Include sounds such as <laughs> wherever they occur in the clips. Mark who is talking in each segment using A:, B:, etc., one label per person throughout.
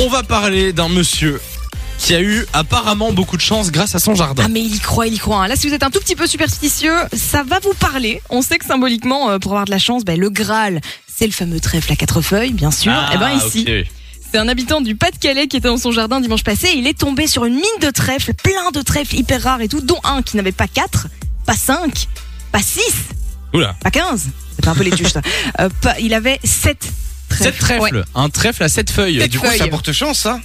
A: on va parler d'un monsieur qui a eu apparemment beaucoup de chance grâce à son jardin.
B: Ah mais il y croit, il y croit. hein. Là, si vous êtes un tout petit peu superstitieux, ça va vous parler. On sait que symboliquement, euh, pour avoir de la chance, ben, le Graal, c'est le fameux trèfle à quatre feuilles, bien sûr. et ben ici,
A: Ah, ok.
B: c'est un habitant du Pas-de-Calais qui était dans son jardin dimanche passé. Il est tombé sur une mine de trèfles, plein de trèfles hyper rares et tout, dont un qui n'avait pas quatre, pas cinq, pas six,
A: Oula.
B: pas 15. C'était un peu les tuches, ça.
A: <laughs>
B: Euh, pas- il avait 7 trèfles.
A: Sept trèfles,
B: Ouais.
A: un trèfle à sept feuilles.
B: Sept
A: Du coup,
B: feuilles.
A: ça
C: Ça
A: porte-
C: porte chance, ça.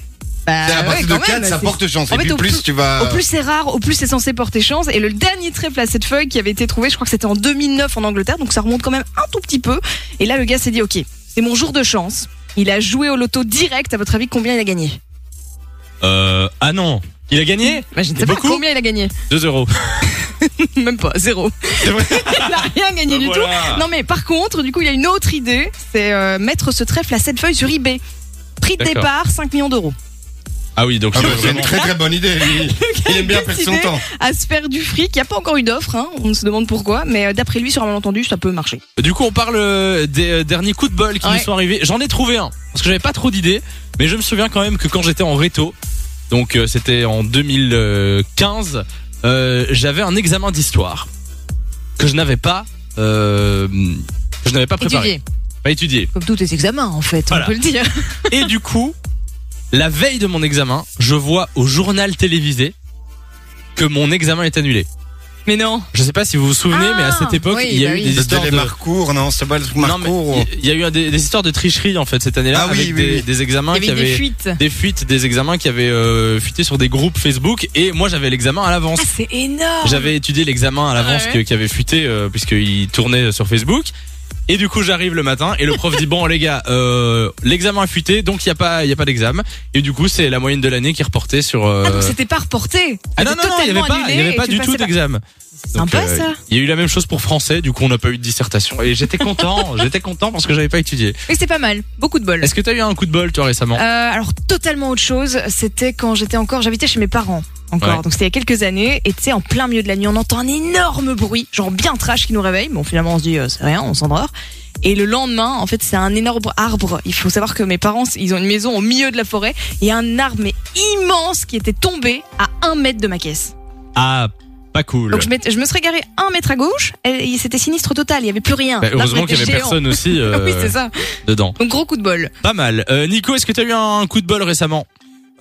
B: Bah,
A: Ah
C: C'est à
B: ouais,
C: partir de
B: quand même,
C: Cannes, ça
B: c'est-
C: porte chance.
B: En
C: Et
B: fait,
C: puis
B: au
C: plus,
B: plus-
C: tu vas.
B: Au
A: Euh.
B: plus c'est rare, au plus c'est censé porter chance. Et le dernier trèfle à cette feuille qui avait été trouvé, je crois que c'était en 2009 en Angleterre, donc ça remonte quand même un tout petit peu. Et là, le gars s'est dit, ok, c'est mon jour de chance. Il a joué au loto direct. À votre avis, combien il a gagné
A: Euh, ah non. Il a gagné
B: Bah, Je ne
A: Et
B: sais pas
A: beaucoup
B: combien il a gagné. <laughs>
A: 2 euros.
B: Même pas,
A: <laughs>
B: zéro.
A: C'est vrai
B: Il n'a rien gagné
A: Bah
B: du
A: voilà.
B: tout. Non mais par contre, du coup, il a une autre idée, c'est euh, mettre ce trèfle à 7 feuilles sur eBay. Prix de
A: D'accord.
B: départ, 5 millions d'euros.
A: Ah oui, donc
C: Ah,
A: il
C: mais
A: a
C: c'est une
A: vraiment-
C: très très bonne
A: <laughs>
C: idée. lui. Il aime bien perdre son
B: décidé.
C: temps.
B: À se faire du fric, il n'y a pas encore eu d'offre, hein. on se demande pourquoi, mais euh, d'après lui, sur un malentendu, ça peut marcher.
A: Du coup, on parle euh, des euh, derniers coups de bol qui
B: Ouais.
A: nous sont arrivés. J'en ai trouvé un parce que j'avais pas trop d'idées, mais je me souviens quand même que quand j'étais en réto, donc euh, c'était en 2015, euh, j'avais un examen d'histoire que je n'avais pas euh, que je n'avais pas préparé, pas étudié.
B: Comme tous tes examens, en fait,
A: Voilà.
B: on peut le dire.
A: Et du coup, la veille de mon examen, je vois au journal télévisé que mon examen est annulé.
B: Mais non.
A: Je sais pas si vous vous souvenez,
B: Ah,
A: mais à cette époque,
B: oui,
A: il y a
B: bah
A: eu
B: oui.
A: des histoires
C: C'était les
A: de
C: Marcourt, non C'est pas le truc
A: Non, mais
C: Marcourt.
A: il y a eu des, des histoires de tricherie en fait cette année-là
C: Ah oui,
A: avec
C: oui,
A: des,
C: oui.
A: des examens qui avaient
B: fuites.
A: des fuites, des examens qui avaient euh, fuité sur des groupes Facebook et moi j'avais l'examen à l'avance.
B: Ah, c'est énorme.
A: J'avais étudié l'examen à l'avance
B: Ah
A: que-
B: ouais.
A: qui avait fuité euh, puisqu'il tournait sur Facebook. Et du coup, j'arrive le matin et le prof dit bon les gars, euh, l'examen a fuité, donc il y a pas il y a pas d'examen et du coup, c'est la moyenne de l'année qui est reportée sur euh,
B: Ah, donc c'était pas reporté.
A: Ah non non non, il y avait pas il y avait pas du tout d'examen.
B: C'est
A: Donc,
B: sympa
A: euh,
B: ça.
A: Il y a eu la même chose pour français, du coup on n'a pas eu de dissertation et j'étais content,
B: <laughs>
A: j'étais content parce que j'avais pas étudié.
B: Mais c'est pas mal. Beaucoup de bol.
A: Est-ce que t'as eu un coup de bol toi récemment
B: Euh, alors totalement autre chose, c'était quand j'étais encore, j'habitais chez mes parents encore,
A: Ouais.
B: donc c'était il y a quelques années, et tu sais en plein milieu de la nuit on entend un énorme bruit, genre bien trash qui nous réveille, bon finalement on se dit euh, c'est rien, on s'endort. Et le lendemain, en fait, c'est un énorme arbre. Il faut savoir que mes parents, ils ont une maison au milieu de la forêt. Et un arbre, mais immense, qui était tombé à un mètre de ma caisse.
A: Ah, pas cool.
B: Donc, je, m'étais- je me serais garé un mètre à gauche. et- et C'était sinistre total. Il n'y avait plus rien.
A: Bah,
B: L'arbre
A: heureusement qu'il y
B: était
A: avait
B: géant.
A: personne aussi euh,
B: <laughs> Oui, c'est ça.
A: dedans.
B: Donc, gros coup de bol.
A: Pas mal. Euh, Nico, est-ce que t'as eu un coup de bol récemment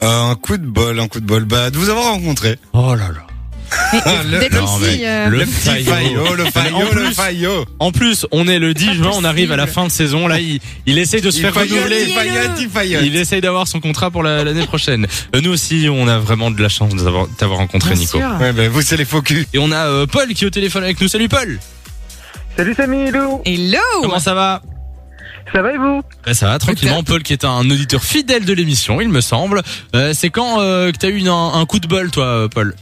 C: Euh, un coup de bol, un coup de bol. Bah, de vous avoir rencontré.
A: Oh là là.
C: Ah, le-
B: D'être
A: Non,
B: ici,
A: mais
B: euh,
A: le
C: petit
A: faillot.
C: faillot, le
A: Mais en
C: faillot, le
A: plus-
C: faillot.
A: En plus, on est le 10 juin, on arrive à la fin de saison. Là, il, il essaye de se
C: Il
A: faire
C: faillote,
A: renouveler.
C: il faillote, il faillote.
A: Il essaye d'avoir son contrat pour la- l'année prochaine. Euh, Nous aussi, on a vraiment de la chance de t'avoir- t'avoir rencontré,
B: bien
A: Nico.
B: sûr.
C: Ouais, bah, vous, c'est les faux culs.
A: Et on a euh, Paul qui est au téléphone avec nous. Salut Paul
D: Salut Samy, Lou
B: Hello.
A: Comment ça va
D: Ça va et vous
A: Bah, ça va tranquillement. Paul qui est un auditeur fidèle de l'émission, il me semble. Euh, C'est quand euh, que t'as eu une- un, un coup de bol, toi, euh, Paul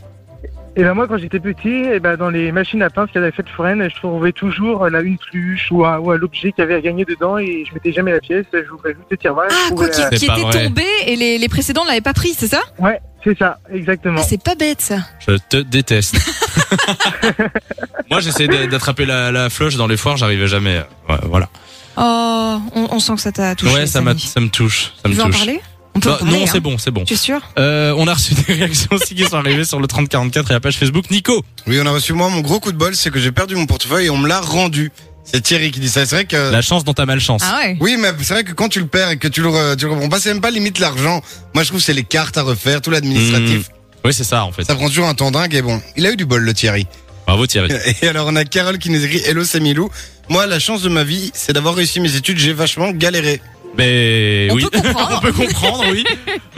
D: Et ben moi quand j'étais petit, et ben dans les machines à pain qu'il y avait à la fête foraine, je trouvais toujours euh, là une pluche ou un- ou un l'objet qu'il y avait à gagner dedans et je mettais jamais la pièce, je j'ouvrais juste le tiroir. je
B: Ah,
D: trouvais
B: quoi, qui,
D: la-
A: C'est
B: qui
A: pas
B: était
A: vrai.
B: tombé et les, les précédents l'avaient pas pris, c'est ça
D: Ouais, c'est ça, exactement.
B: Ah, C'est pas bête ça.
A: Je te déteste. <laughs> Moi, j'essaie d'a- d'attraper la, la floche dans les foires, j'arrivais jamais. euh, Ouais, voilà.
B: Oh, on, on sent que ça t'a touché.
A: ouais, ça,
B: Samy.
A: m'a- ça me touche. Ça
B: Tu
A: me
B: veux en
A: touche.
B: parler On peut
A: Bah,
B: en parler.
A: non,
B: hein.
A: c'est bon, c'est bon.
B: Tu es sûr
A: Euh, on a reçu des réactions aussi qui sont arrivées sur le 3044 et la page Facebook. Nico,
C: Oui, on a reçu moi. Mon gros coup de bol, c'est que j'ai perdu mon portefeuille et on me l'a rendu. C'est Thierry qui dit ça. C'est vrai que.
A: la chance dans ta malchance.
B: Ah ouais.
C: Oui, mais c'est vrai que quand tu le perds et que tu le, re- tu le reprends pas, c'est même pas limite l'argent. Moi, je trouve que c'est les cartes à refaire,
A: Hmm.
C: tout l'administratif.
A: Oui, c'est ça en fait.
C: Ça prend toujours un temps dingue et bon. Il a eu du bol, le Thierry.
A: Bravo Thierry.
C: <laughs> Et alors, on a Carole qui nous écrit Hello, c'est Milou. Moi, la chance de ma vie, c'est d'avoir réussi mes études. J'ai vachement galéré.
A: Mais
B: On
A: oui,
B: peut comprendre.
A: <laughs> on peut comprendre,
B: <laughs>
A: oui.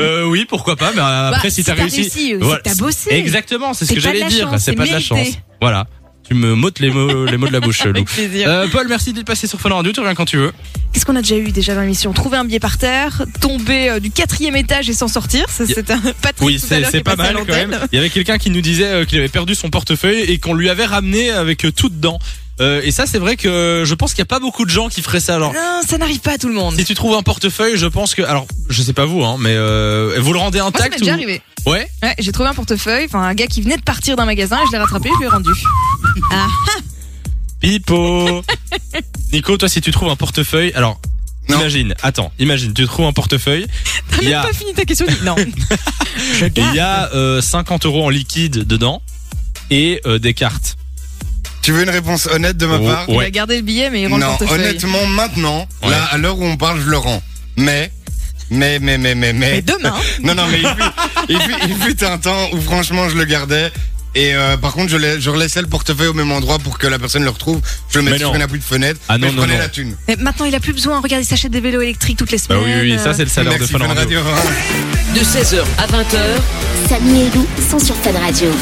A: Euh, oui, pourquoi pas. Mais après,
B: Bah,
A: si t'as réussi,
B: euh,
A: Voilà,
B: c'est que t'as bossé.
A: exactement, c'est ce
B: C'est
A: que
B: pas de
A: j'allais
B: la
A: dire.
B: chance,
A: C'est
B: c'est
A: pas de la
B: mérité.
A: chance. Voilà. Tu me mottes les mots, les mots de la bouche, Lou.
B: Avec plaisir.
A: Euh, Paul, merci d'être passé sur Fun Radio. Tu reviens quand tu veux.
B: Qu'est-ce qu'on a déjà eu déjà dans l'émission Trouver un billet par terre, tomber euh, du quatrième étage et s'en sortir. Ça, c'est un <laughs> Patrick.
A: Oui,
B: tout à
A: c'est
B: l'heure
A: c'est
B: qui est
A: pas
B: passé à
A: mal quand
B: l'antenne.
A: même. Il y avait quelqu'un qui nous disait euh, qu'il avait perdu son portefeuille et qu'on lui avait ramené avec euh, tout dedans. Euh, et ça, c'est vrai que euh, je pense qu'il n'y a pas beaucoup de gens qui feraient ça. Alors,
B: Non, ça n'arrive pas à tout le monde.
A: si tu trouves un portefeuille, je pense que, alors, je sais pas vous, hein, mais euh, vous le rendez
B: Moi, ça m'est
A: intact
B: déjà
A: ou-
B: arrivé.
A: Ouais.
B: Ouais, j'ai trouvé un portefeuille, enfin un gars qui venait de partir d'un magasin et je l'ai rattrapé, je lui
A: <laughs>
B: ai rendu. <laughs>
A: Pipo. Nico, toi, si tu trouves un portefeuille, alors,
C: Non.
A: Imagine, attends, imagine, tu trouves un portefeuille,
B: T'as
A: Il y
B: même
A: a-
B: pas fini ta question. dis-
A: <laughs>
B: Non. Je
A: il
B: garde.
A: y a euh, 50 euros en liquide dedans et euh, des cartes.
C: Tu veux une réponse honnête de ma
A: Oh,
C: part
A: oh.
B: Il
A: Ouais.
B: a gardé le billet, mais il rend
C: Non,
B: le portefeuille.
C: honnêtement, maintenant,
A: Ouais.
C: là, à l'heure où on parle, je le rends. Mais, mais, mais, mais, mais,
B: Mais
C: mais.
B: demain,
C: Non, non, mais il fut, il fut- il fut un temps où franchement, je le gardais. Et euh, par contre, je, l'ai- je relaissais le portefeuille au même endroit pour que la personne le retrouve. Je le
A: Mais
C: mettais sur
A: non.
C: une appui de fenêtre.
A: Ah
C: mais
A: non,
C: je
A: non,
C: prenais
A: non.
C: la thune.
B: mais maintenant il a plus besoin. Regardez, il s'achète des vélos électriques toutes les
A: Bah
B: semaines.
A: oui, oui, oui, ça
B: euh,
A: c'est le salaire de
C: Merci,
A: Fun
C: Fun
A: Radio.
C: Radio.
E: de 16h à 20h.
F: Samy et Lou sont sur Fun Radio.